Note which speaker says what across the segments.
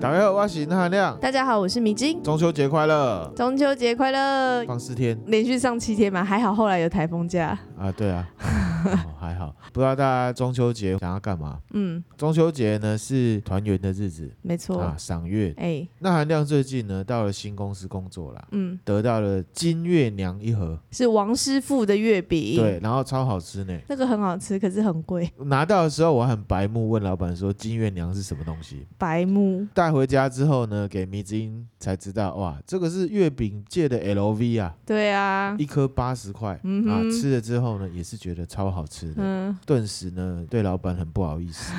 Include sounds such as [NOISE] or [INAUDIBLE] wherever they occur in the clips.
Speaker 1: 大家好，我是韩亮，
Speaker 2: 大家好，我是米晶，
Speaker 1: 中秋节快乐！
Speaker 2: 中秋节快乐！
Speaker 1: 放四天
Speaker 2: 连续上七天嘛，还好后来有台风假。
Speaker 1: 啊，对啊、哦还好。不知道大家中秋节想要干嘛？
Speaker 2: 嗯，
Speaker 1: 中秋节呢是团圆的日子
Speaker 2: 没错。
Speaker 1: 啊，赏月。
Speaker 2: 哎、
Speaker 1: 那韩亮最近呢到了新公司工作啦，
Speaker 2: 嗯，
Speaker 1: 得到了金月娘一盒，
Speaker 2: 是王师傅的月饼，
Speaker 1: 对，，然后超好吃呢。
Speaker 2: 那个很好吃，可是很贵。
Speaker 1: 拿到的时候我很白目，问老板说金月娘是什么东西？
Speaker 2: 白木
Speaker 1: 带回家之后呢，给迷之音才知道，哇，这个是月饼界的 LV 啊，
Speaker 2: 对啊，
Speaker 1: 一颗八十块
Speaker 2: 嗯
Speaker 1: 啊
Speaker 2: 哼，
Speaker 1: 吃了之后呢，也是觉得超好吃的。
Speaker 2: 嗯，
Speaker 1: 顿时呢，对老板很不好意思，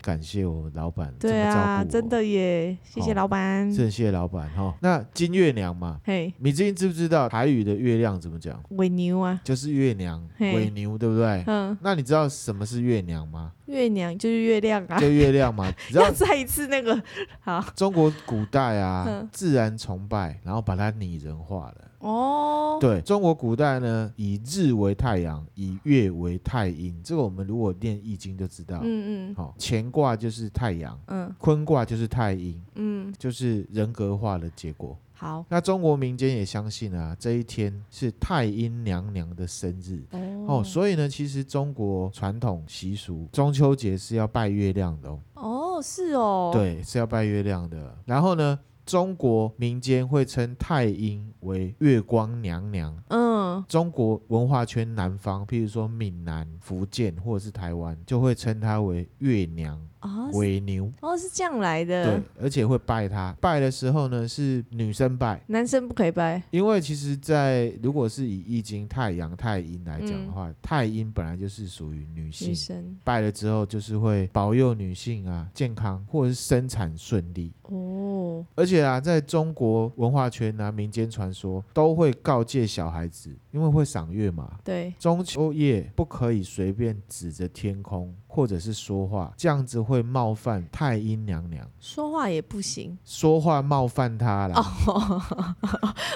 Speaker 1: 感谢我老板这
Speaker 2: 对
Speaker 1: 么照
Speaker 2: 啊，
Speaker 1: 顾我，
Speaker 2: 真的耶，谢谢
Speaker 1: 哦
Speaker 2: 老板。
Speaker 1: 真的谢谢老板哈、那金月娘嘛，
Speaker 2: 嘿，
Speaker 1: 米之音知不知道台语的月亮怎么讲？
Speaker 2: 伪牛啊，
Speaker 1: 就是月娘、
Speaker 2: 嘿
Speaker 1: 鬼牛，对不对？
Speaker 2: 嗯，
Speaker 1: [LAUGHS] 那你知道什么是月娘吗？
Speaker 2: 月娘就是月亮啊。
Speaker 1: 就月亮
Speaker 2: [LAUGHS]
Speaker 1: 嘛，你知道
Speaker 2: 要再一次那个好
Speaker 1: 中国古代啊
Speaker 2: 嗯，
Speaker 1: 自然崇拜，然后把它拟人化了。
Speaker 2: 哦，
Speaker 1: 对，中国古代呢，以日为太阳，以月为太阴。这个我们如果念易经就知道。
Speaker 2: 嗯嗯
Speaker 1: 好，乾卦就是太阳，
Speaker 2: 嗯
Speaker 1: 坤卦就是太阴，
Speaker 2: 嗯，
Speaker 1: 就是人格化的结果。
Speaker 2: 好
Speaker 1: 那中国民间也相信啊，这一天是太阴娘娘的生日。哦，
Speaker 2: 哦
Speaker 1: 所以呢，其实中国传统习俗中秋节是要拜月亮的哦，
Speaker 2: 哦是哦，，
Speaker 1: 对，是要拜月亮的。然后呢，中国民间会称太阴为月光娘娘。
Speaker 2: 嗯
Speaker 1: 中国文化圈南方，譬如说闽南、福建或者是台湾，就会称她为月娘、
Speaker 2: 啊是
Speaker 1: 为牛。
Speaker 2: 哦是这样来
Speaker 1: 对
Speaker 2: 的，，
Speaker 1: 而且会拜她。拜的时候呢，是女生拜，
Speaker 2: 男生不可以掰，
Speaker 1: 因为其实在，如果是以易经太阳、太阴来讲的话，太阴本来就是属于女性
Speaker 2: 嗯女。生
Speaker 1: 拜了之后，就是会保佑女性啊健康，或者是生产顺利。
Speaker 2: 哦
Speaker 1: 而且啊，在中国文化圈啊、民间传说都会告诫小孩子，因为会赏月嘛，
Speaker 2: 对
Speaker 1: 中秋夜不可以随便指着天空或者是说话，这样子会冒犯太阴娘娘，
Speaker 2: 说话也不行
Speaker 1: 说话冒犯她啦。
Speaker 2: 哦，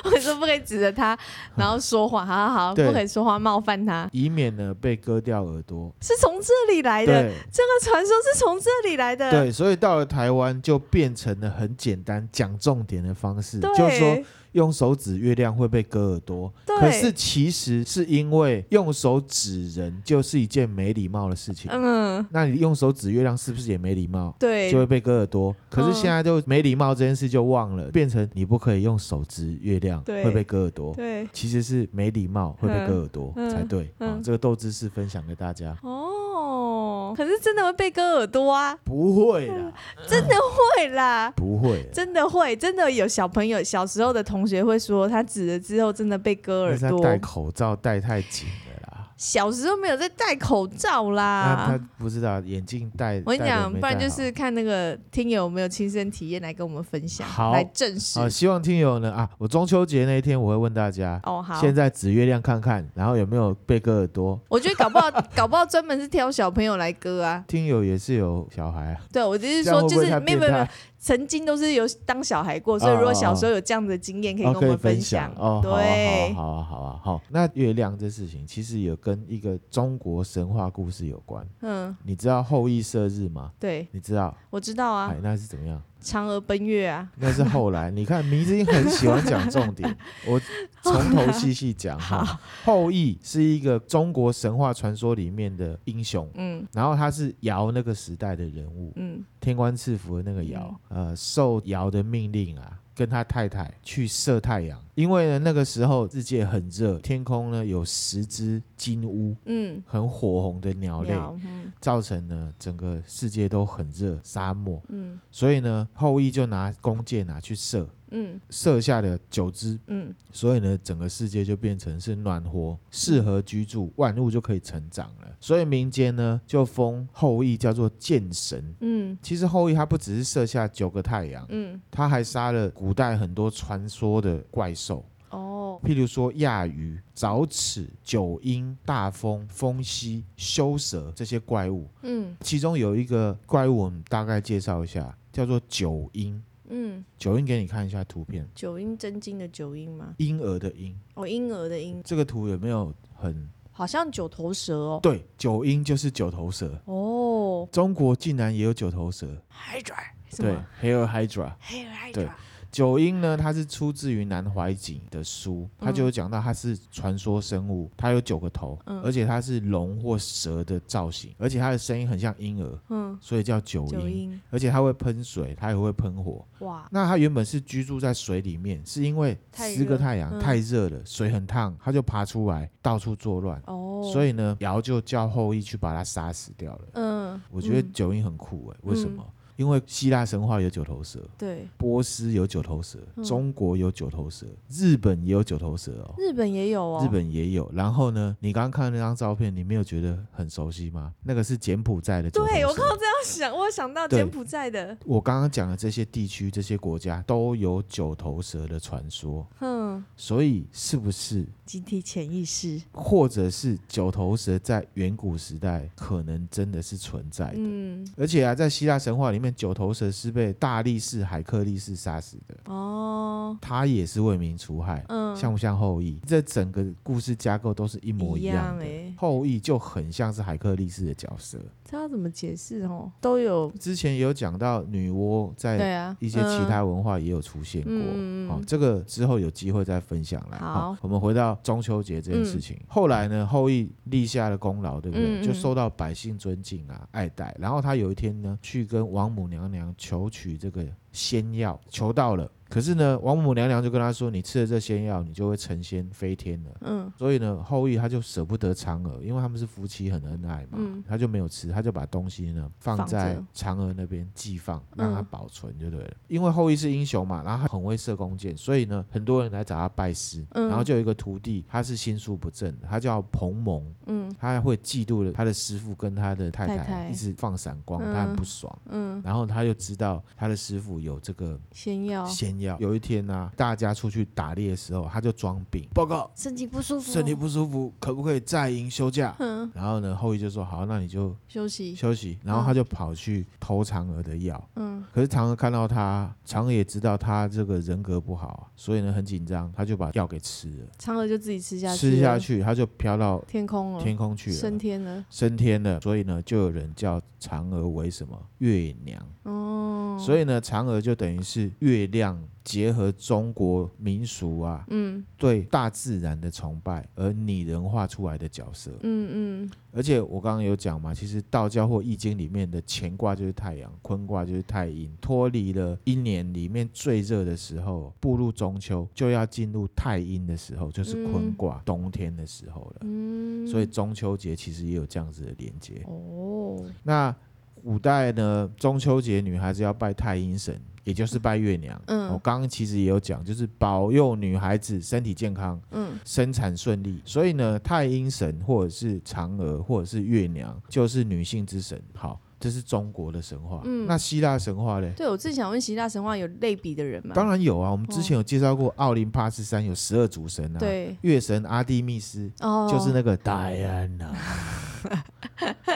Speaker 2: 我说不可以指
Speaker 1: [LAUGHS]
Speaker 2: 着他然后说话，好好好，
Speaker 1: 对
Speaker 2: 不可以说话冒犯他，
Speaker 1: 以免呢被割掉耳朵，
Speaker 2: 是从这里来的，
Speaker 1: 对
Speaker 2: 这个传说是从这里来的，
Speaker 1: 对，所以到了台湾就变成了很简单讲重点的方式，
Speaker 2: 对，
Speaker 1: 就是说用手指月亮会被割耳朵，
Speaker 2: 对
Speaker 1: 可是其实是因为用手指人就是一件没礼貌的事情，
Speaker 2: 嗯
Speaker 1: 那你用手指月亮是不是也没礼貌？
Speaker 2: 对
Speaker 1: 就会被割耳朵。可是现在就没礼貌这件事就忘了，变成你不可以用手指月亮
Speaker 2: 嗯对
Speaker 1: 会被割耳朵，
Speaker 2: 对
Speaker 1: 其实是没礼貌会被割耳朵
Speaker 2: 嗯
Speaker 1: 才对啊
Speaker 2: 嗯。
Speaker 1: 这个豆知识分享给大家，
Speaker 2: 哦，可是真的会被割耳朵啊，
Speaker 1: 不会啦，
Speaker 2: 真的会啦。
Speaker 1: 不会啦，
Speaker 2: 真的会，真的有小朋友小时候的同学会说，他指了之后真的被
Speaker 1: 那
Speaker 2: 割耳
Speaker 1: 是他
Speaker 2: 朵。
Speaker 1: 戴口罩戴太紧了啦。
Speaker 2: 小时候没有在戴口罩
Speaker 1: 那他
Speaker 2: 啦。
Speaker 1: 不知道眼镜戴，
Speaker 2: 啊我跟你
Speaker 1: 戴得
Speaker 2: 讲，
Speaker 1: 没
Speaker 2: 不然
Speaker 1: 戴
Speaker 2: 就
Speaker 1: 好
Speaker 2: 是看那个听友有没有亲身体验来跟我们分享，
Speaker 1: 好
Speaker 2: 来证实。
Speaker 1: 啊，希望听友呢啊，我中秋节那一天我会问大家，
Speaker 2: 哦，好。
Speaker 1: 现在指月亮看看，然后有没有被割耳朵？
Speaker 2: 我觉得搞不好， [LAUGHS] 搞不好专门是挑小朋友来割啊。
Speaker 1: 听友也是有小孩啊，
Speaker 2: 对，我只是
Speaker 1: 这样
Speaker 2: 说，
Speaker 1: 会不
Speaker 2: 就
Speaker 1: 会
Speaker 2: 是
Speaker 1: 太
Speaker 2: 没
Speaker 1: 变
Speaker 2: 有没有没
Speaker 1: 态
Speaker 2: 有？，曾经都是有当小孩过，所以
Speaker 1: 哦
Speaker 2: 如果
Speaker 1: 哦
Speaker 2: 小
Speaker 1: 哦
Speaker 2: 时候有这样的经验，可以
Speaker 1: 哦，
Speaker 2: 跟我们
Speaker 1: 分
Speaker 2: 享。
Speaker 1: 哦。好啊
Speaker 2: 对，
Speaker 1: 好啊，好啊，好啊，好。那月亮这事情其实有跟一个中国神话故事有关。
Speaker 2: 嗯，
Speaker 1: 你知道后羿射日吗？
Speaker 2: 对，
Speaker 1: 你知道？
Speaker 2: 我知道啊
Speaker 1: 哎，，那是怎么样？
Speaker 2: 嫦娥奔月啊。
Speaker 1: 那是后来。你看，迷之音很喜欢讲重点，我从头细细讲哈。后羿是一个中国神话传说里面的英雄。
Speaker 2: 嗯
Speaker 1: 然后他是尧那个时代的人物，
Speaker 2: 嗯，
Speaker 1: 天官赐福的那个尧，呃，受尧的命令啊，跟他太太去射太阳，因为呢那个时候世界很热，天空呢有十只金乌，
Speaker 2: 嗯，
Speaker 1: 很火红的鸟类，
Speaker 2: 鸟，嗯
Speaker 1: 造成呢整个世界都很热，沙漠，
Speaker 2: 嗯
Speaker 1: 所以呢后羿就拿弓箭啊去射，
Speaker 2: 嗯
Speaker 1: 射下了九只，
Speaker 2: 嗯，
Speaker 1: 所以呢，整个世界就变成是暖和、适合居住，万物就可以成长了。所以民间呢，就封后羿叫做箭神。
Speaker 2: 嗯
Speaker 1: 其实后羿他不只是射下九个太阳，
Speaker 2: 嗯，
Speaker 1: 他还杀了古代很多传说的怪兽，
Speaker 2: 哦，
Speaker 1: 譬如说亚鱼、凿齿、九阴、大风、风息、修蛇这些怪物。
Speaker 2: 嗯
Speaker 1: 其中有一个怪物，我们大概介绍一下，叫做九阴。
Speaker 2: 嗯，
Speaker 1: 九阴给你看一下图片，
Speaker 2: 九阴真经的九阴吗？
Speaker 1: 婴儿的婴，
Speaker 2: 哦，婴儿的婴，
Speaker 1: 这个图有没有很
Speaker 2: 好像九头蛇哦。
Speaker 1: 对，九阴就是九头蛇。
Speaker 2: 哦，
Speaker 1: 中国竟然也有九头蛇，
Speaker 2: 海拽，什
Speaker 1: 对
Speaker 2: 么
Speaker 1: Hail Hydra。
Speaker 2: 黑来
Speaker 1: 对九阴呢，它是出自于南怀瑾的书，他就有讲到它是传说生物，它有九个头，
Speaker 2: 嗯
Speaker 1: 而且它是龙或蛇的造型，而且它的声音很像婴儿，
Speaker 2: 嗯，
Speaker 1: 所以叫九
Speaker 2: 九
Speaker 1: 阴。
Speaker 2: 阴
Speaker 1: 而且它会喷水，它也会喷火。
Speaker 2: 哇，
Speaker 1: 那它原本是居住在水里面，是因为
Speaker 2: 太
Speaker 1: 十个
Speaker 2: 热
Speaker 1: 太阳
Speaker 2: 嗯
Speaker 1: 太热了，水很烫，它就爬出来到处作乱。
Speaker 2: 哦，
Speaker 1: 所
Speaker 2: 以
Speaker 1: 以呢，尧就叫后羿去把它杀死掉了。
Speaker 2: 嗯，
Speaker 1: 我觉得
Speaker 2: 嗯
Speaker 1: 九阴很酷诶、为什
Speaker 2: 嗯
Speaker 1: 么？因为希腊神话有九头蛇，
Speaker 2: 对，
Speaker 1: 波斯有九头蛇，
Speaker 2: 嗯
Speaker 1: 中国有九头蛇，日本也有九头蛇哦。
Speaker 2: 日本也有哦，
Speaker 1: 日本也有，然后呢？你刚刚看那张照片，你没有觉得很熟悉吗？那个是柬埔寨的九头蛇。
Speaker 2: 对我刚刚这样想，我有想到
Speaker 1: 对
Speaker 2: 柬埔寨的，
Speaker 1: 我刚刚讲的这些地区、这些国家都有九头蛇的传说，
Speaker 2: 哼，
Speaker 1: 所以是不是，
Speaker 2: 集体潜意识，
Speaker 1: 或者是九头蛇在远古时代可能真的是存在的？
Speaker 2: 嗯，
Speaker 1: 而且啊，在希腊神话里面，九头蛇是被大力士海克力士杀死的，
Speaker 2: 哦，
Speaker 1: 他也是为民除害，
Speaker 2: 嗯，
Speaker 1: 像不像后羿？这整个故事架构都是一模
Speaker 2: 一
Speaker 1: 一样的。
Speaker 2: 欸
Speaker 1: 后羿就很像是海克力士的角色。
Speaker 2: 这要怎么解释哦？都有
Speaker 1: 之前也有讲到女娲在
Speaker 2: 对啊，
Speaker 1: 一些其他文化也有出现过，
Speaker 2: 嗯嗯嗯
Speaker 1: 好、这个之后有机会再分享啦。
Speaker 2: 好嗯
Speaker 1: 我们回到中秋节这件事情，后来呢，后羿立下了功劳，对不对？
Speaker 2: 嗯嗯
Speaker 1: 就受到百姓尊敬啊、爱戴。然后他有一天呢，去跟王母娘娘求取这个仙药，求到了。可是呢，王母娘娘就跟他说：“你吃了这仙药，你就会成仙飞天了。”
Speaker 2: 嗯
Speaker 1: 所以呢，后羿他就舍不得嫦娥，因为他们是夫妻，很恩爱嘛，
Speaker 2: 嗯
Speaker 1: 他就没有吃，他就把东西呢放
Speaker 2: 放着
Speaker 1: 在嫦娥那边寄放，让他
Speaker 2: 嗯
Speaker 1: 保存就对了。因为后羿是英雄嘛，然后他很会射弓箭，所以呢，很多人来找他拜师。
Speaker 2: 嗯
Speaker 1: 然后就有一个徒弟，他是心术不正的，他叫彭蒙，
Speaker 2: 嗯
Speaker 1: 他还会嫉妒了他的师傅跟他的太
Speaker 2: 太太
Speaker 1: 一直放闪光，
Speaker 2: 嗯
Speaker 1: 他很不爽。
Speaker 2: 嗯，
Speaker 1: 然后他就知道他的师傅有这个
Speaker 2: 先要
Speaker 1: 仙药。有一天呢、大家出去打猎的时候，他就装病，报告
Speaker 2: 身体不舒服，
Speaker 1: 身体不舒服，可不可以再营休假？
Speaker 2: 嗯
Speaker 1: 然后呢，后羿就说好，那你就
Speaker 2: 休息，
Speaker 1: 休息。然后他就跑去偷嫦娥的药，
Speaker 2: 嗯
Speaker 1: 可是嫦娥看到他，嫦娥也知道他这个人格不好啊，所以呢很紧张，他就把药给吃了，
Speaker 2: 嫦娥就自己吃下去，哦
Speaker 1: 吃下，去他就飘到
Speaker 2: 天空了，
Speaker 1: 天空去
Speaker 2: 升
Speaker 1: 了，
Speaker 2: 天了，
Speaker 1: 升天了。所以呢，就有人叫嫦娥为什么月娘。
Speaker 2: 哦，
Speaker 1: 所
Speaker 2: 以
Speaker 1: 以呢，嫦娥就等于是月亮结合中国民俗啊，
Speaker 2: 嗯
Speaker 1: 对大自然的崇拜而拟人化出来的角色。
Speaker 2: 嗯嗯
Speaker 1: 而且我刚刚有讲嘛，其实道教或易经里面的乾卦就是太阳，坤卦就是太阴，脱离了一年里面最热的时候，步入中秋，就要进入太阴的时候，就是坤卦、冬天的时候了。
Speaker 2: 嗯，
Speaker 1: 所以中秋节其实也有这样子的连接。
Speaker 2: 哦，
Speaker 1: 那古代呢，中秋节女孩子要拜太阴神，也就是拜月娘。
Speaker 2: 嗯
Speaker 1: 我刚刚其实也有讲，就是保佑女孩子身体健康，
Speaker 2: 嗯
Speaker 1: 生产顺利，所以呢，太阴神或者是嫦娥或者是月娘就是女性之神。好，这是中国的神话。
Speaker 2: 嗯
Speaker 1: 那希腊神话嘞？
Speaker 2: 对我自己想问，希腊神话有类比的人吗？
Speaker 1: 当然有啊，我们之前有介绍过奥林帕斯山有十二主神啊，，
Speaker 2: 哦对，
Speaker 1: 月神阿蒂密斯
Speaker 2: 哦，
Speaker 1: 就是那个戴安
Speaker 2: [LAUGHS]
Speaker 1: 娜，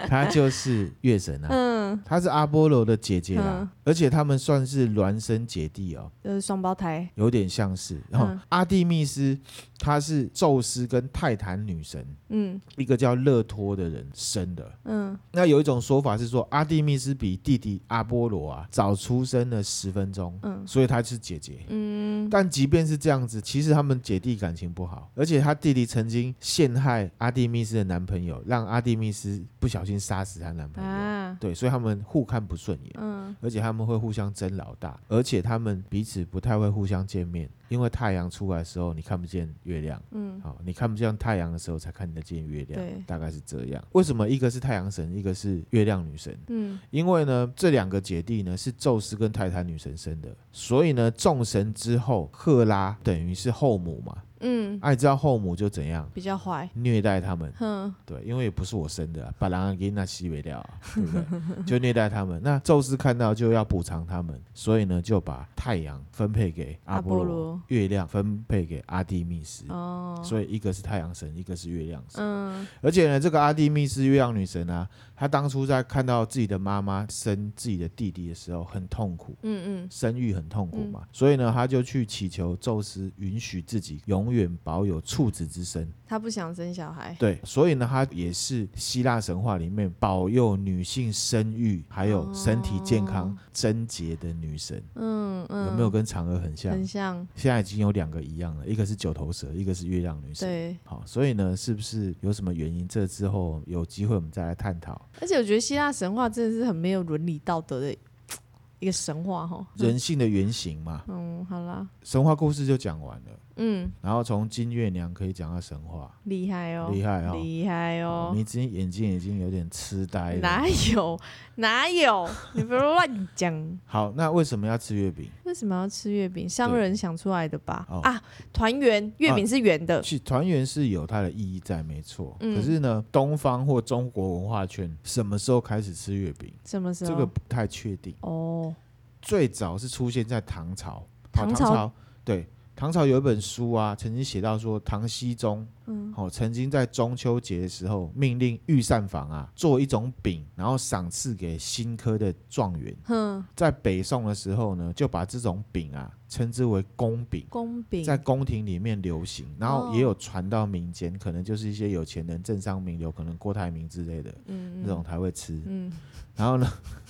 Speaker 1: 她就是月神啊。
Speaker 2: 嗯，
Speaker 1: 她是阿波罗的姐姐啦，
Speaker 2: 嗯
Speaker 1: 而且他们算是孪生姐弟哦，
Speaker 2: 就是双胞胎，
Speaker 1: 有点像是。然后、
Speaker 2: 嗯
Speaker 1: 阿蒂密斯，她是宙斯跟泰坦女神
Speaker 2: 嗯
Speaker 1: 一个叫勒托的人生的。
Speaker 2: 嗯，
Speaker 1: 那有一种说法是说，阿蒂密斯比弟弟阿波罗啊早出生了十分钟，
Speaker 2: 嗯
Speaker 1: 所以她是姐姐。
Speaker 2: 嗯，
Speaker 1: 但即便是这样子，其实他们姐弟感情不好，而且她弟弟曾经陷害阿蒂密斯的男朋友，让阿蒂密斯不小心杀死她男朋友。
Speaker 2: 啊，
Speaker 1: 对，所以他们互看不顺眼。
Speaker 2: 嗯
Speaker 1: 而且他们会互相争老大，而且他们彼此不太会互相见面，因为太阳出来的时候你看不见月亮，
Speaker 2: 嗯
Speaker 1: 好，你看不见太阳的时候才看得见月亮
Speaker 2: 对，
Speaker 1: 大概是这样。为什么一个是太阳神，一个是月亮女神？
Speaker 2: 嗯
Speaker 1: 因为呢，这两个姐弟呢是宙斯跟泰坦女神生的，所以呢，众神之后，赫拉等于是后母嘛。
Speaker 2: 嗯，
Speaker 1: 爱知道后母就怎样
Speaker 2: 比较坏，
Speaker 1: 虐待他们，
Speaker 2: 哼，
Speaker 1: 对，因为也不是我生的、啊，把狼给那吸没掉、啊，对不对？ [LAUGHS] 就虐待他们。那宙斯看到就要补偿他们，所以呢，就把太阳分配给阿波罗，
Speaker 2: 阿波罗
Speaker 1: 月亮分配给阿蒂密斯。
Speaker 2: 哦，
Speaker 1: 所以一个是太阳神，一个是月亮神。
Speaker 2: 嗯
Speaker 1: 而且呢，这个阿蒂密斯月亮女神啊，她当初在看到自己的妈妈生自己的弟弟的时候，很痛苦。
Speaker 2: 嗯嗯嗯
Speaker 1: 生育很痛苦嘛，所以呢，她就去祈求宙斯允许自己永远保有处子之身。
Speaker 2: 他不想生小孩，
Speaker 1: 对，所以呢，它也是希腊神话里面保佑女性生育还有身体健康
Speaker 2: 哦、
Speaker 1: 贞洁的女神。
Speaker 2: 嗯嗯，
Speaker 1: 有没有跟嫦娥很像
Speaker 2: 很？像？
Speaker 1: 现在已经有两个一样了，一个是九头蛇，一个是月亮女神。
Speaker 2: 对，
Speaker 1: 好，所以呢，是不是有什么原因？这之后有机会我们再来探讨。
Speaker 2: 而且我觉得希腊神话真的是很没有伦理道德的一个神话哈。
Speaker 1: 人性的原型嘛，
Speaker 2: 嗯，好啦，
Speaker 1: 神话故事就讲完了，
Speaker 2: 嗯，
Speaker 1: 然后从金月娘可以讲到神话，
Speaker 2: 厉害哦，
Speaker 1: 厉害哦
Speaker 2: 厉害
Speaker 1: 哦
Speaker 2: 哦
Speaker 1: 你，今眼睛已经有点痴呆了
Speaker 2: 哪。有哪有，你不要乱讲。
Speaker 1: 好，那为什么要吃月饼？
Speaker 2: 为什么要吃月饼？商人想出来的吧？
Speaker 1: 哦啊
Speaker 2: 啊，团圆月饼是圆的，
Speaker 1: 去团圆是有它的意义在，没错。
Speaker 2: 嗯
Speaker 1: 可是呢，东方或中国文化圈什么时候开始吃月饼？
Speaker 2: 什么时候？
Speaker 1: 这个不太确定。
Speaker 2: 哦，
Speaker 1: 最早是出现在唐朝，好
Speaker 2: 唐
Speaker 1: 唐
Speaker 2: 朝
Speaker 1: 朝对唐朝有一本书啊，曾经写到说唐僖宗，
Speaker 2: 嗯，
Speaker 1: 哦，曾经在中秋节的时候命令御膳房啊做一种饼，然后赏赐给新科的状元。
Speaker 2: 哼，
Speaker 1: 在北宋的时候呢，就把这种饼啊称之为宫饼。
Speaker 2: 公饼哦
Speaker 1: 在宫廷里面流行，然后也有传到民间，可能就是一些有钱人、政商名流，可能郭台铭之类的
Speaker 2: 嗯
Speaker 1: 那种，才会吃。
Speaker 2: 嗯，
Speaker 1: 然后呢， [LAUGHS]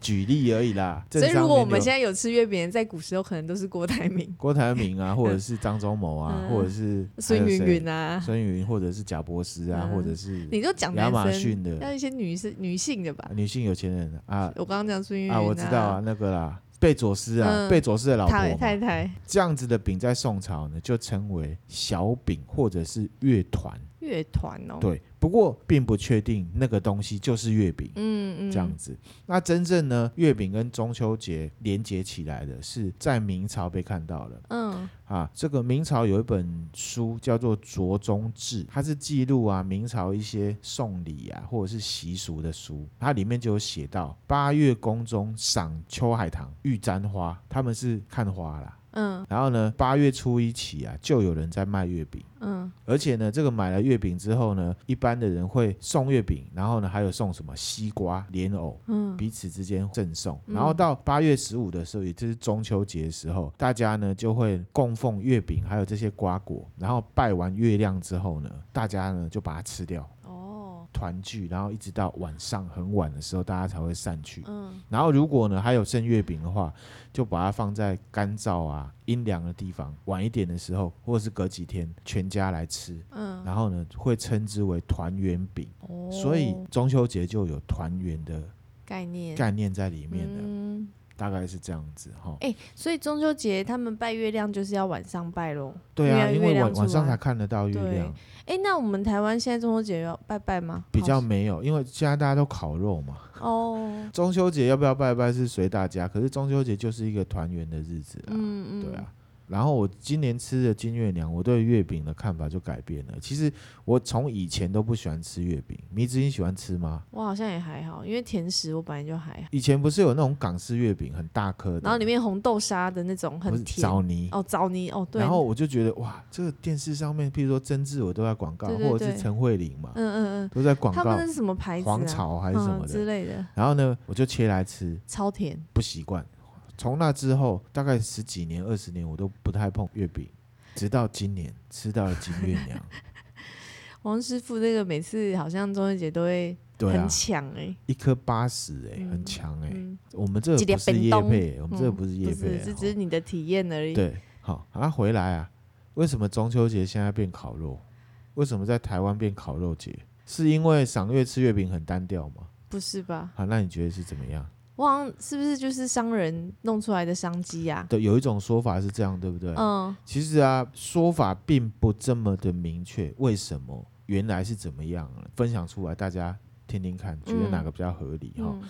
Speaker 1: 举例而已啦。
Speaker 2: 嗯所以
Speaker 1: 政商
Speaker 2: 如果我
Speaker 1: 名
Speaker 2: 们
Speaker 1: 流
Speaker 2: 现在有吃月饼，在古时候可能都是郭台铭、
Speaker 1: 郭台铭
Speaker 2: [LAUGHS]
Speaker 1: 啊，或者是张忠谋啊，
Speaker 2: 嗯
Speaker 1: 或者是
Speaker 2: 孙云云
Speaker 1: 啊、
Speaker 2: 啊， [LAUGHS]
Speaker 1: 孙云云，或者是贾博士啊，
Speaker 2: 嗯
Speaker 1: 或者是
Speaker 2: 你就讲
Speaker 1: 亚
Speaker 2: 男
Speaker 1: 马
Speaker 2: 生，
Speaker 1: 逊
Speaker 2: 要
Speaker 1: 的
Speaker 2: 一些女士女性的吧。
Speaker 1: 女性有钱人啊
Speaker 2: 我刚刚讲孙云云
Speaker 1: 啊，我知道啊，，那个啦，贝佐斯啊，
Speaker 2: 嗯
Speaker 1: 贝佐斯的老婆
Speaker 2: 太太
Speaker 1: 嘛，
Speaker 2: 太
Speaker 1: 这样子的饼在宋朝呢，就称为小饼或者是月团。
Speaker 2: 乐团哦，，
Speaker 1: 对，不过并不确定那个东西就是月饼。
Speaker 2: 嗯嗯，
Speaker 1: 这样子，那真正呢，月饼跟中秋节连接起来的是在明朝被看到了
Speaker 2: 嗯，
Speaker 1: 啊。这个明朝有一本书叫做《酌中志》，它是记录啊明朝一些送礼啊或者是习俗的书，它里面就有写到八月宫中赏秋海棠、玉簪花，他们是看花啦。
Speaker 2: 嗯
Speaker 1: 然后呢，八月初一起啊，就有人在卖月饼。
Speaker 2: 嗯
Speaker 1: 而且呢，这个买了月饼之后呢，一般的人会送月饼，然后呢还有送什么西瓜、莲藕，
Speaker 2: 嗯
Speaker 1: 彼此之间赠送。
Speaker 2: 嗯
Speaker 1: 然后到八月十五的时候，也就是中秋节的时候，大家呢就会供奉月饼，还有这些瓜果。然后拜完月亮之后呢，大家呢就把它吃掉，
Speaker 2: 哦，
Speaker 1: 团聚，然后一直到晚上很晚的时候，大家才会散去。
Speaker 2: 嗯
Speaker 1: 然后如果呢还有剩月饼的话，就把它放在干燥啊、阴凉的地方，晚一点的时候，或者是隔几天，全家来吃。
Speaker 2: 嗯，
Speaker 1: 然后呢，会称之为团圆饼，
Speaker 2: 哦
Speaker 1: 所以中秋节就有团圆的
Speaker 2: 概念
Speaker 1: 概念啊在里面的，
Speaker 2: 嗯，
Speaker 1: 大概是这样子哈。
Speaker 2: 哎，所以中秋节他们拜月亮就是要晚上拜喽。
Speaker 1: 对啊，
Speaker 2: 月
Speaker 1: 因
Speaker 2: 亮
Speaker 1: 为
Speaker 2: 月亮
Speaker 1: 晚
Speaker 2: 出来
Speaker 1: 晚上才看得到月亮，
Speaker 2: 哎，那我们台湾现在中秋节要拜拜吗？
Speaker 1: 比较啊
Speaker 2: 好
Speaker 1: 没有，因为现在大家都烤肉嘛。
Speaker 2: 哦，
Speaker 1: 中秋节要不要拜拜是随大家，可是中秋节就是一个团圆的日子啊，
Speaker 2: 嗯嗯，
Speaker 1: 对啊。然后我今年吃的金月娘，我对月饼的看法就改变了。其实我从以前都不喜欢吃月饼，迷之音喜欢吃吗？
Speaker 2: 我好像也还好，因为甜食我本来就还好，
Speaker 1: 以前不是有那种港式月饼，很大颗的，
Speaker 2: 然后里面红豆沙的那种
Speaker 1: 不是
Speaker 2: 很甜，
Speaker 1: 枣泥
Speaker 2: 哦枣泥哦对，
Speaker 1: 然后我就觉得哇，这个电视上面，譬如说曾志伟都在广告，
Speaker 2: 对对
Speaker 1: 或者是
Speaker 2: 对
Speaker 1: 陈慧琳嘛，
Speaker 2: 嗯嗯
Speaker 1: 都在
Speaker 2: 嗯，
Speaker 1: 广
Speaker 2: 他
Speaker 1: 告
Speaker 2: 们那是什么牌子啊？
Speaker 1: 黄草还是什么
Speaker 2: 嗯、
Speaker 1: 的。
Speaker 2: 之类的，
Speaker 1: 然后呢，我就切来吃，
Speaker 2: 超甜。
Speaker 1: 不习惯。从那之后，大概十几年、二十年，我都不太碰月饼，直到今年吃到了金月
Speaker 2: [LAUGHS]
Speaker 1: 娘。
Speaker 2: 王师傅那个每次好像中秋节都会
Speaker 1: 对啊
Speaker 2: 很，抢哎、
Speaker 1: 一颗八十哎，
Speaker 2: 嗯
Speaker 1: 很强哎、
Speaker 2: 嗯，
Speaker 1: 我们这个
Speaker 2: 一粒
Speaker 1: 不是
Speaker 2: 便
Speaker 1: 叶
Speaker 2: 当
Speaker 1: 配，我们这个
Speaker 2: 嗯
Speaker 1: 不是
Speaker 2: 不
Speaker 1: 叶配
Speaker 2: 是，
Speaker 1: 啊、
Speaker 2: 这只是你的体验而已。，
Speaker 1: 对，好，啊，回来啊，为什么中秋节现在变烤肉？为什么在台湾变烤肉节？是因为赏月吃月饼很单调吗？
Speaker 2: 不是吧？
Speaker 1: 啊，那你觉得是怎么样？
Speaker 2: 我好像是不是就是商人弄出来的商机呀、
Speaker 1: 对，有一种说法是这样，对不对？
Speaker 2: 嗯，
Speaker 1: 其实啊，说法并不这么的明确，为什么？原来是怎么样了？分享出来，大家听听看，觉得哪
Speaker 2: 嗯
Speaker 1: 个比较合理哈、
Speaker 2: 嗯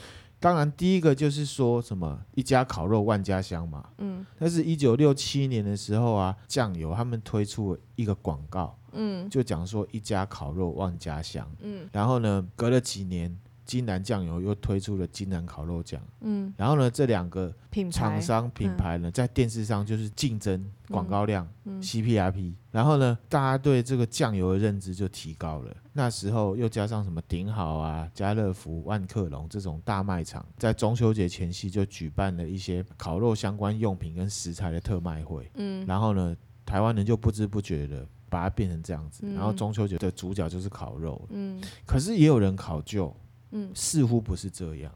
Speaker 1: 当然，第一个就是说什么一家烤肉万家香嘛，
Speaker 2: 嗯
Speaker 1: 但是一九六七年的时候啊，酱油他们推出了一个广告，
Speaker 2: 嗯
Speaker 1: 就讲说一家烤肉万家香。
Speaker 2: 嗯
Speaker 1: 然后呢，隔了几年，金兰酱油又推出了金兰烤肉酱。
Speaker 2: 嗯，
Speaker 1: 然后呢，这两个
Speaker 2: 品牌
Speaker 1: 厂商品牌呢，在电视上就是竞争广告量、
Speaker 2: 嗯
Speaker 1: CPRP，然后呢，大家对这个酱油的认知就提高了。那时候又加上什么鼎好啊、家乐福、万客隆这种大卖场，在中秋节前夕就举办了一些烤肉相关用品跟食材的特卖会。
Speaker 2: 嗯
Speaker 1: 然后呢，台湾人就不知不觉的把它变成这样子。
Speaker 2: 嗯
Speaker 1: 然后中秋节的主角就是烤肉，
Speaker 2: 嗯
Speaker 1: 可是也有人考究，
Speaker 2: 嗯，
Speaker 1: 似乎不是这样。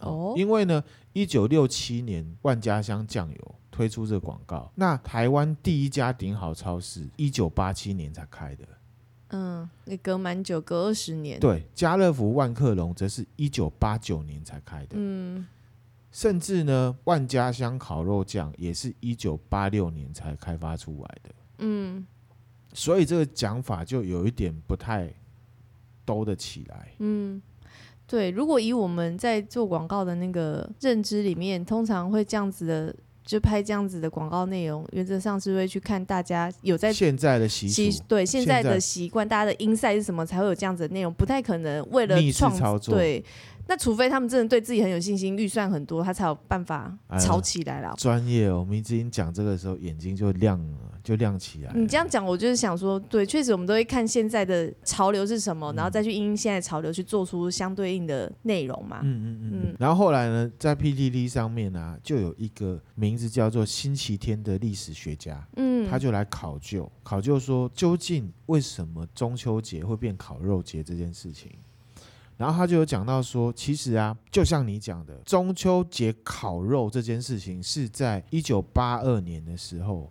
Speaker 2: 哦，
Speaker 1: 因为呢，一九六七年万家香酱油推出这个广告，那台湾第一家顶好超市一九八七年才开的，
Speaker 2: 嗯，也隔蛮久，隔二十年，，
Speaker 1: 对，家乐福万客隆则是一九八九年才开的，
Speaker 2: 嗯
Speaker 1: 甚至呢，万家香烤肉酱也是一九八六年才开发出来的，
Speaker 2: 嗯
Speaker 1: 所以这个讲法就有一点不太兜得起来。
Speaker 2: 嗯，对。如果以我们在做广告的那个认知里面，通常会这样子的，就拍这样子的广告内容，原则上是会去看大家有在
Speaker 1: 现在的习
Speaker 2: 习
Speaker 1: 俗
Speaker 2: 对现
Speaker 1: 现
Speaker 2: 在
Speaker 1: 在
Speaker 2: 的习惯，大家的音赛是什么才会有这样子的内容？不太可能为了
Speaker 1: 逆势
Speaker 2: 创
Speaker 1: 操作
Speaker 2: 对，那除非他们真的对自己很有信心，预算很多，他才有办法
Speaker 1: 哎呀
Speaker 2: 炒起来啦。
Speaker 1: 专业哦，我们之前讲这个的时候眼睛就亮了，就亮起来了。
Speaker 2: 你这样讲，我就是想说，对，确实我们都会看现在的潮流是什么，
Speaker 1: 嗯
Speaker 2: 然后再去因应现在的潮流去做出相对应的内容嘛。
Speaker 1: 嗯嗯
Speaker 2: 嗯
Speaker 1: 嗯。然后后来呢，在 PTT 上面啊，就有一个名字叫做星期天的历史学家，
Speaker 2: 嗯，
Speaker 1: 他就来考究，考究说究竟为什么中秋节会变烤肉节这件事情。然后他就有讲到说，其实啊，就像你讲的，中秋节烤肉这件事情是在一九八二年的时候，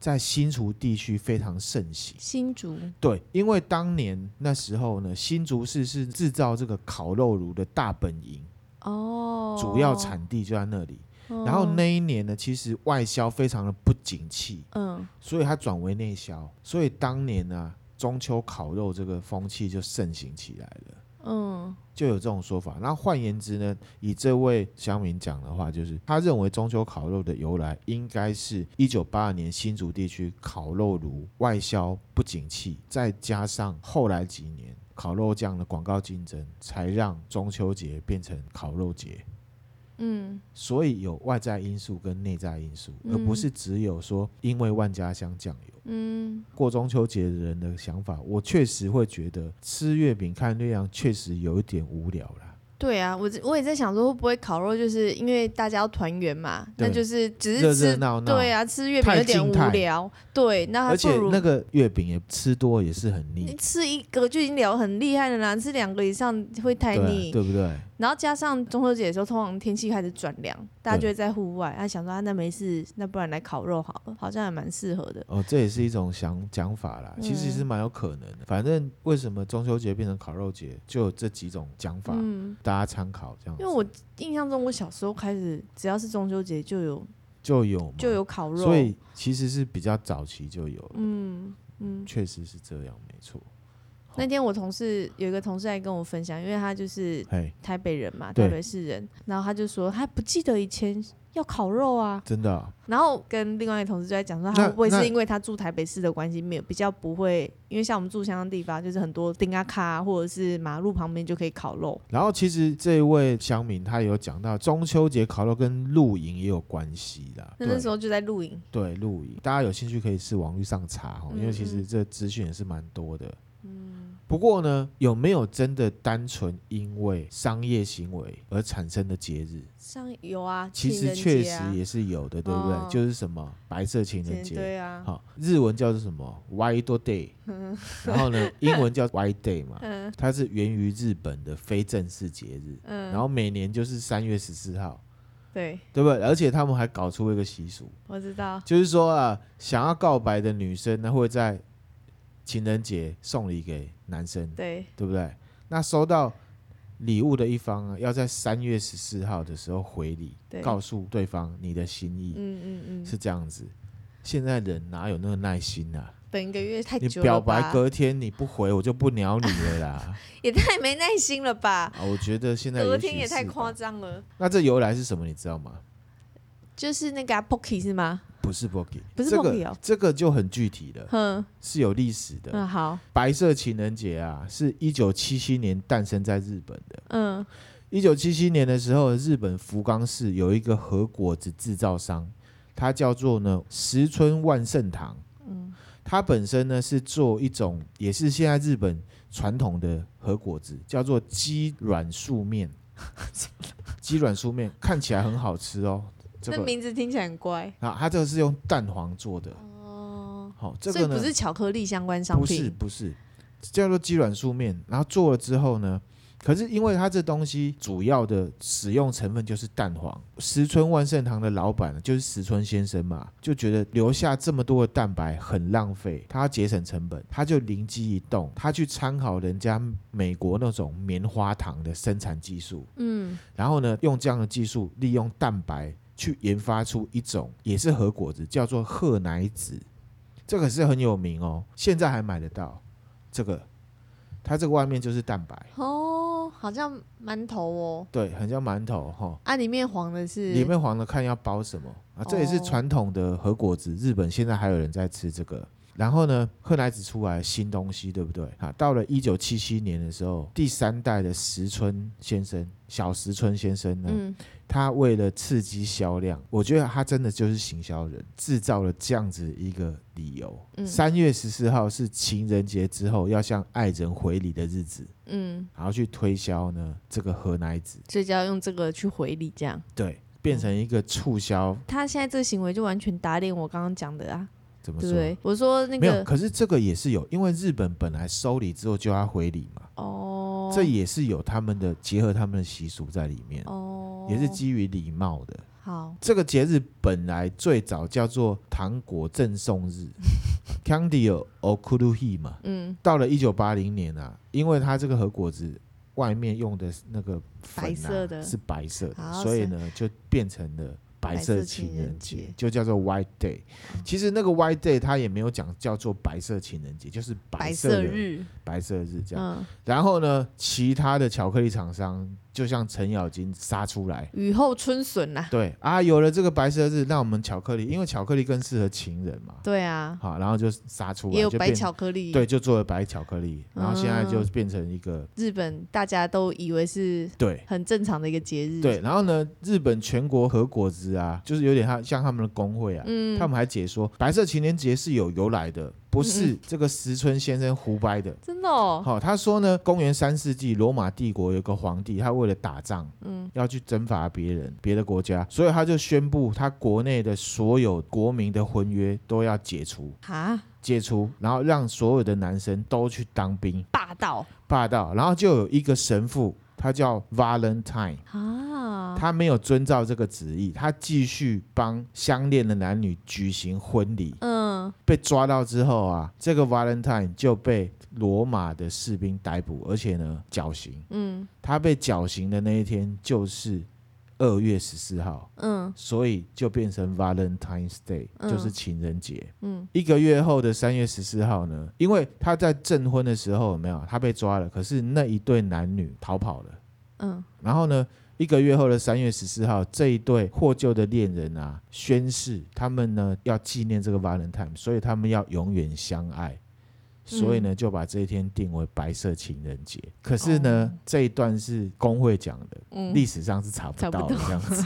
Speaker 1: 在新竹地区非常盛行。
Speaker 2: 新竹，
Speaker 1: 对，因为当年那时候呢，新竹市是制造这个烤肉炉的大本营，
Speaker 2: 哦，
Speaker 1: 主要，产地就在那里。
Speaker 2: 哦
Speaker 1: 然后，那一年呢，其实外销非常的不景气，
Speaker 2: 嗯
Speaker 1: 所以它转为内销。所以当年呢、中秋烤肉这个风气就盛行起来了，
Speaker 2: 嗯
Speaker 1: 就有这种说法。那换言之呢，以这位乡民讲的话，就是他认为中秋烤肉的由来应该是一九八二年新竹地区烤肉炉外销不景气，再加上后来几年烤肉酱的广告竞争，才让中秋节变成烤肉节。
Speaker 2: 嗯
Speaker 1: 所以有外在因素跟内在因素，
Speaker 2: 嗯
Speaker 1: 而不是只有说因为万家香酱油。
Speaker 2: 嗯，
Speaker 1: 过中秋节的人的想法，我确实会觉得吃月饼看月亮确实有一点无聊啦。
Speaker 2: 对啊，我我也在想说，会不会烤肉就是因为大家要团圆嘛，那
Speaker 1: 对
Speaker 2: 就是只
Speaker 1: 热
Speaker 2: 是
Speaker 1: 热
Speaker 2: 吃，
Speaker 1: 闹闹
Speaker 2: 对啊，吃月饼
Speaker 1: 太
Speaker 2: 有点
Speaker 1: 静
Speaker 2: 无
Speaker 1: 态
Speaker 2: 聊，对，那还
Speaker 1: 而
Speaker 2: 不
Speaker 1: 且
Speaker 2: 如
Speaker 1: 那个月饼也吃多也是很
Speaker 2: 你
Speaker 1: 腻，
Speaker 2: 吃一个就已经聊很厉害了啦，吃两个以上会太
Speaker 1: 对啊、
Speaker 2: 腻。
Speaker 1: 对不对？
Speaker 2: 然后加上中秋节的时候，通常天气开始转凉，大家就会在户外，他想说啊，那没事，那不然来烤肉好了，好像还蛮适合的。
Speaker 1: 哦，这也是一种想讲法啦，其实
Speaker 2: 嗯
Speaker 1: 是蛮有可能的。反正为什么中秋节变成烤肉节，就有这几种讲法，
Speaker 2: 嗯，
Speaker 1: 大家参考这样子。
Speaker 2: 因为我印象中，我小时候开始，只要是中秋节就有
Speaker 1: 就有嘛
Speaker 2: 就有烤肉，
Speaker 1: 所以其实是比较早期就有了，
Speaker 2: 嗯嗯。
Speaker 1: 确实是这样，没错。好
Speaker 2: 那天我同事有一个同事来跟我分享，因为他就是
Speaker 1: 哎，
Speaker 2: 台北人嘛，
Speaker 1: 对
Speaker 2: 台北市人，然后他就说他不记得以前要烤肉啊，
Speaker 1: 真的啊、
Speaker 2: 然后跟另外一个同事就在讲说，他
Speaker 1: 那
Speaker 2: 会不会是
Speaker 1: 那
Speaker 2: 因为他住台北市的关系，没有比较不会，因为像我们住乡的地方，就是很多丁啊卡或者是马路旁边就可以烤肉。
Speaker 1: 然后其实这位乡民他有讲到中秋节烤肉跟露营也有关系啦。
Speaker 2: 那那时
Speaker 1: 候
Speaker 2: 候就在露营，
Speaker 1: 对露营，大家有兴趣可以是网络上查哦，
Speaker 2: 嗯
Speaker 1: 因为其实这资讯也是蛮多的。嗯，不过呢，有没有真的单纯因为商业行为而产生的节日？
Speaker 2: 像有啊，
Speaker 1: 其
Speaker 2: 情
Speaker 1: 实
Speaker 2: 人
Speaker 1: 确
Speaker 2: 节
Speaker 1: 实
Speaker 2: 啊
Speaker 1: 也是有的，对不
Speaker 2: 哦
Speaker 1: 对？就是什么白色情人节，
Speaker 2: 对啊，
Speaker 1: 好，日文叫做什么 White Day，然
Speaker 2: [LAUGHS] 嗯
Speaker 1: 后呢，英文叫 White Day 嘛，它是源于日本的非正式节日，
Speaker 2: 嗯
Speaker 1: 然后每年就是三月十四号，
Speaker 2: 对，
Speaker 1: 对不对？而且他们还搞出一个习俗，
Speaker 2: 我知道，
Speaker 1: 就是说啊，想要告白的女生呢，会在情人节送礼给男生，
Speaker 2: 对，
Speaker 1: 对不对？那收到礼物的一方啊，要在三月十四号的时候回礼
Speaker 2: 对，
Speaker 1: 告诉对方你的心意，
Speaker 2: 嗯嗯嗯，
Speaker 1: 是这样子。现在人哪有那个耐心啊？
Speaker 2: 等一个月太
Speaker 1: 你
Speaker 2: 久了
Speaker 1: 表白
Speaker 2: 吧，
Speaker 1: 隔天你不回，我就不鸟你了
Speaker 2: [LAUGHS]
Speaker 1: 啦。
Speaker 2: 也太没耐心了吧，
Speaker 1: 啊，我觉得现在
Speaker 2: 隔
Speaker 1: 也许
Speaker 2: 天也太
Speaker 1: 是吧
Speaker 2: 夸。张了。
Speaker 1: 那这由来是什么？你知道吗？
Speaker 2: 就是那个、啊、Pocky 是吗？
Speaker 1: 不是 Bogi，
Speaker 2: 不是
Speaker 1: 这
Speaker 2: Bogi 哦
Speaker 1: 个这个就很具体了，
Speaker 2: 哼，
Speaker 1: 是有历史的。
Speaker 2: 嗯好，
Speaker 1: 白色情人节啊，是一九七七年诞生在日本的。
Speaker 2: 嗯
Speaker 1: 一九七七年的时候，日本福冈市有一个和果子制造商，它叫做呢石村万盛堂。
Speaker 2: 嗯
Speaker 1: 它本身呢是做一种，也是现在日本传统的和果子，叫做鸡软素
Speaker 2: [LAUGHS]
Speaker 1: 面。鸡软素面看起来很好吃哦，这
Speaker 2: 那
Speaker 1: 个
Speaker 2: 名字听起来很乖
Speaker 1: 啊，它这个是用蛋黄做的，
Speaker 2: 哦
Speaker 1: 好、这
Speaker 2: 所以
Speaker 1: 个呢
Speaker 2: 不是巧克力相关商
Speaker 1: 不是
Speaker 2: 品，
Speaker 1: 不是，叫做鸡软素面。然后做了之后呢，可是因为它这东西主要的使用成分就是蛋黄，石村万盛堂的老板就是石村先生嘛，就觉得留下这么多的蛋白很浪费，他要节省成本，他就灵机一动，他去参考人家美国那种棉花糖的生产技术，
Speaker 2: 嗯，
Speaker 1: 然后呢，用这样的技术利用蛋白去研发出一种也是核果子，叫做褐奶子，这个是很有名哦，现在还买得到。这个它这个外面就是蛋白，
Speaker 2: 哦，好像馒头哦，
Speaker 1: 对，很像馒头哈、哦，
Speaker 2: 啊，里面黄的是
Speaker 1: 里面黄的看要包什么啊，这也是
Speaker 2: 哦
Speaker 1: 传统的核果子，日本现在还有人在吃这个。然后呢，褐奶子出来新东西，对不对？啊，到了一九七七年的时候，第三代的石村先生，小石村先生呢，
Speaker 2: 嗯，
Speaker 1: 他为了刺激销量，我觉得他真的就是行销人，制造了这样子一个理由。
Speaker 2: 嗯
Speaker 1: 三、月十四号是情人节之后要向爱人回礼的日子，
Speaker 2: 嗯，
Speaker 1: 然后去推销呢这个和奶子，
Speaker 2: 所以就要用这个去回礼，这样。
Speaker 1: 对，变成一个促销，
Speaker 2: 他现在这个行为就完全打脸我刚刚讲的啊，
Speaker 1: 怎么
Speaker 2: 对
Speaker 1: 说？
Speaker 2: 不对？我说那
Speaker 1: 没有，
Speaker 2: 个
Speaker 1: 可是这个也是有，因为日本本来收礼之后就要回礼嘛，
Speaker 2: 哦，
Speaker 1: 这也是有他们的结合他们的习俗在里面，
Speaker 2: 哦
Speaker 1: 也是基于礼貌的。
Speaker 2: 好，
Speaker 1: 这个节日本来最早叫做糖果赠送
Speaker 2: [LAUGHS]
Speaker 1: 日 （Candy Okuruhi） 嘛，
Speaker 2: 嗯，
Speaker 1: 到了一九八零年啊，因为它这个核果子外面用的那个粉、啊、
Speaker 2: 白色的
Speaker 1: 是白色的，
Speaker 2: 好
Speaker 1: 所以呢就变成了。白色情人
Speaker 2: 白色情人
Speaker 1: 节
Speaker 2: 节嗯
Speaker 1: 就叫做 White Day，其实那个 White Day 它也没有讲叫做白色情人节，就是白
Speaker 2: 白
Speaker 1: 色的
Speaker 2: 色日，
Speaker 1: 白色日这样。
Speaker 2: 嗯，
Speaker 1: 然后呢，其他的巧克力厂商就像程咬金杀出来，
Speaker 2: 雨后春笋呐、
Speaker 1: 对啊，有了这个白色日，那我们巧克力，因为巧克力更适合情人嘛，
Speaker 2: 对啊，
Speaker 1: 好，然后就杀出来，
Speaker 2: 也有
Speaker 1: 就
Speaker 2: 白
Speaker 1: 变
Speaker 2: 巧克力，
Speaker 1: 对，，就做了白巧克力，然后现在就
Speaker 2: 嗯
Speaker 1: 变成一个、
Speaker 2: 日本大家都以为是
Speaker 1: 对
Speaker 2: 很正常的一个节日，，
Speaker 1: 对，然后呢，日本全国和果子啊，就是有点像像他们的工会啊，
Speaker 2: 嗯，
Speaker 1: 他们还解说白色情人节是有由来的，不是这个石村先生胡掰的。
Speaker 2: 真的哦，
Speaker 1: 好、他说呢，公元三世纪罗马帝国有个皇帝，他为了打仗，嗯，要去征伐别人别的国家，所以他就宣布他国内的所有国民的婚约都要解除，
Speaker 2: 哈，
Speaker 1: 解除，然后让所有的男生都去当兵，
Speaker 2: 霸道
Speaker 1: 霸道。然后就有一个神父，他叫 Valentine。
Speaker 2: 啊，
Speaker 1: 他没有遵照这个旨意，他继续帮相恋的男女举行婚礼。
Speaker 2: 嗯，
Speaker 1: 被抓到之后啊，这个 Valentine 就被罗马的士兵逮捕，而且呢绞刑。
Speaker 2: 嗯
Speaker 1: 他被绞刑的那一天就是二月十四号，
Speaker 2: 嗯
Speaker 1: 所以就变成 Valentine's Day，、
Speaker 2: 嗯
Speaker 1: 就是情人节。
Speaker 2: 嗯，
Speaker 1: 一个月后的三月十四号呢，因为他在证婚的时候有没有他被抓了，可是那一对男女逃跑了。
Speaker 2: 嗯，
Speaker 1: 然后呢，一个月后的三月十四号，这一对获救的恋人啊，宣誓他们呢要纪念这个 Valentine，所以他们要永远相爱。
Speaker 2: 嗯
Speaker 1: 所以呢，就把这一天定为白色情人节。可是呢，
Speaker 2: 哦
Speaker 1: 这一段是工会讲的，
Speaker 2: 嗯
Speaker 1: 历史上是查不
Speaker 2: 查不
Speaker 1: 到的
Speaker 2: 到
Speaker 1: 这样
Speaker 2: [LAUGHS]
Speaker 1: 子，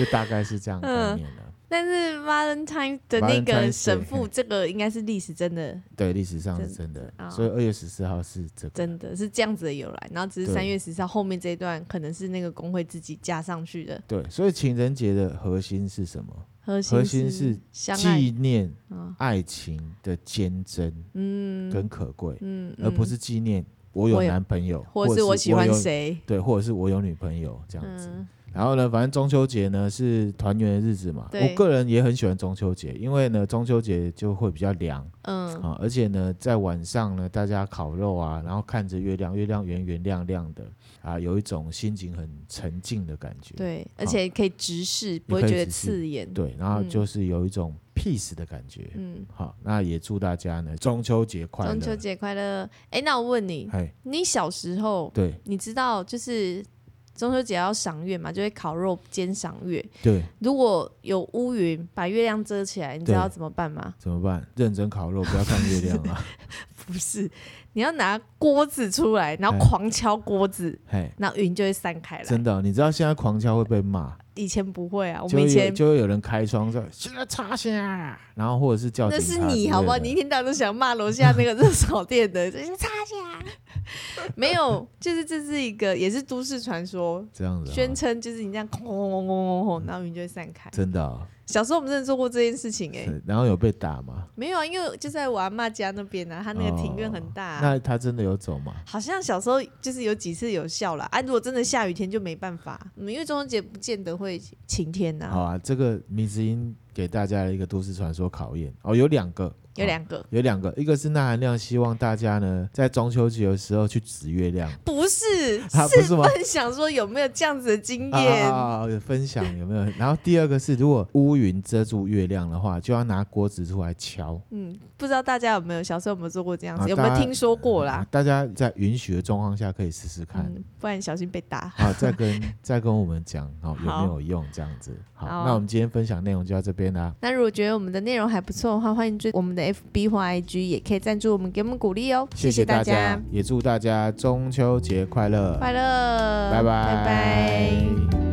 Speaker 1: 就大概是这样的概
Speaker 2: 嗯
Speaker 1: 念啊了。
Speaker 2: 但是 Valentine 的那个
Speaker 1: Valentine's Day，
Speaker 2: 神父，
Speaker 1: 嘿
Speaker 2: 这个应该是历史真的
Speaker 1: 对，历史上是真
Speaker 2: 真
Speaker 1: 的
Speaker 2: 的，哦
Speaker 1: 所以二月十四号是这个。
Speaker 2: 真的是这样子的由来，然后只是
Speaker 1: 对
Speaker 2: 三月十四号后面这一段可能是那个工会自己加上去的，
Speaker 1: 对，所以情人节的核心是什么？
Speaker 2: 核
Speaker 1: 核
Speaker 2: 心
Speaker 1: 心是
Speaker 2: 是相爱
Speaker 1: 纪念
Speaker 2: 啊，
Speaker 1: 爱情的坚贞
Speaker 2: 嗯
Speaker 1: 跟可贵。
Speaker 2: 嗯，
Speaker 1: 而不
Speaker 2: 嗯，
Speaker 1: 是纪念我有
Speaker 2: 我有
Speaker 1: 男朋友，
Speaker 2: 或是
Speaker 1: 我
Speaker 2: 我喜欢
Speaker 1: 有，
Speaker 2: 谁
Speaker 1: 对，或者是我有女朋友这样子。
Speaker 2: 嗯
Speaker 1: 然后呢，反正中秋节呢是团圆的日子嘛，
Speaker 2: 对
Speaker 1: 我个人也很喜欢中秋节，因为呢中秋节就会比较凉
Speaker 2: 嗯
Speaker 1: 啊，而且呢在晚上呢大家烤肉啊，然后看着月亮，月亮圆圆亮亮的啊，有一种心情很沉静的感觉。
Speaker 2: 对，而且可以直视，不
Speaker 1: 可
Speaker 2: 会
Speaker 1: 以
Speaker 2: 觉得
Speaker 1: 直视
Speaker 2: 刺眼，
Speaker 1: 对，然后
Speaker 2: 嗯
Speaker 1: 就是有一种 peace 的感觉。
Speaker 2: 嗯，
Speaker 1: 好，那也祝大家呢中秋节快乐。
Speaker 2: 中秋，节快乐！哎，那我问你，
Speaker 1: 哎，
Speaker 2: 你小时候
Speaker 1: 对
Speaker 2: 你知道就是中秋节要赏月嘛，就会烤肉兼赏月，
Speaker 1: 对，
Speaker 2: 如果有乌云把月亮遮起来，你知道
Speaker 1: 对
Speaker 2: 怎么办吗？ [LAUGHS]
Speaker 1: 怎么办？认真烤肉，不要看月亮啊。
Speaker 2: 不是，你要拿锅子出来，然后
Speaker 1: 哎
Speaker 2: 狂敲锅子，
Speaker 1: 嘿，
Speaker 2: 然后云就会散开来
Speaker 1: 真。的哦、你知道现在狂敲会被骂，
Speaker 2: 以前不会啊，我
Speaker 1: 就
Speaker 2: 们
Speaker 1: 会
Speaker 2: 以
Speaker 1: 有
Speaker 2: 前
Speaker 1: 就会有人开窗说现在插下，然后或者是叫
Speaker 2: 那
Speaker 1: 哦警
Speaker 2: 是
Speaker 1: 察之类
Speaker 2: 你
Speaker 1: 的
Speaker 2: 好不好？你一天到晚都想骂楼下那个热炒店的，这是差价。没有，就是这是一个也是都市传说，
Speaker 1: 这样子哦、
Speaker 2: 宣称就是你这样轰轰轰轰轰轰，然后云就会散开。
Speaker 1: 真的哦、
Speaker 2: 小时候我们真的做过这件事情哎、
Speaker 1: 是然后有被打吗？
Speaker 2: 没有啊，因为就在我阿妈家那边啊，她那个庭院很大、啊。
Speaker 1: 哦那他真的有走吗？
Speaker 2: 好像小时候就是有几次有效啦。啊，如果真的下雨天就没办法，嗯、因为中秋节不见得会晴天呐、
Speaker 1: 好啊，这个米子英给大家的一个都市传说考验哦，有两个，
Speaker 2: 有
Speaker 1: 哦
Speaker 2: 两个、
Speaker 1: 有两个，一个是钠含量，希望大家呢在中秋节的时候去指月亮，
Speaker 2: 不是，
Speaker 1: 啊不是吗
Speaker 2: 分享说有没有这样子的经
Speaker 1: 啊
Speaker 2: 验？
Speaker 1: 啊啊啊有分享有没有？然后第二个是，如果乌云遮住月亮的话，就要拿锅子出来敲。
Speaker 2: 嗯，不知道大家有没有小时候有没有做过这样子，
Speaker 1: 啊
Speaker 2: 有没有
Speaker 1: 大家
Speaker 2: 听说过
Speaker 1: 啊
Speaker 2: 啦？
Speaker 1: 大家在允许的状况下可以试试看。
Speaker 2: 嗯，不然小心被打。
Speaker 1: 好，再跟 [LAUGHS] 再跟我们讲，好、有
Speaker 2: 好
Speaker 1: 没有用这样子？好，
Speaker 2: 好
Speaker 1: 那我们今天分享内容就到这边啦。
Speaker 2: 那如果觉得我们的内容还不错的话，欢迎追我们的 FB 或 IG，也可以赞助我们，给我们鼓励哦。
Speaker 1: 谢
Speaker 2: 谢
Speaker 1: 大
Speaker 2: 家，
Speaker 1: 也祝大家中秋节快乐，
Speaker 2: 快乐，
Speaker 1: 拜拜。
Speaker 2: 拜拜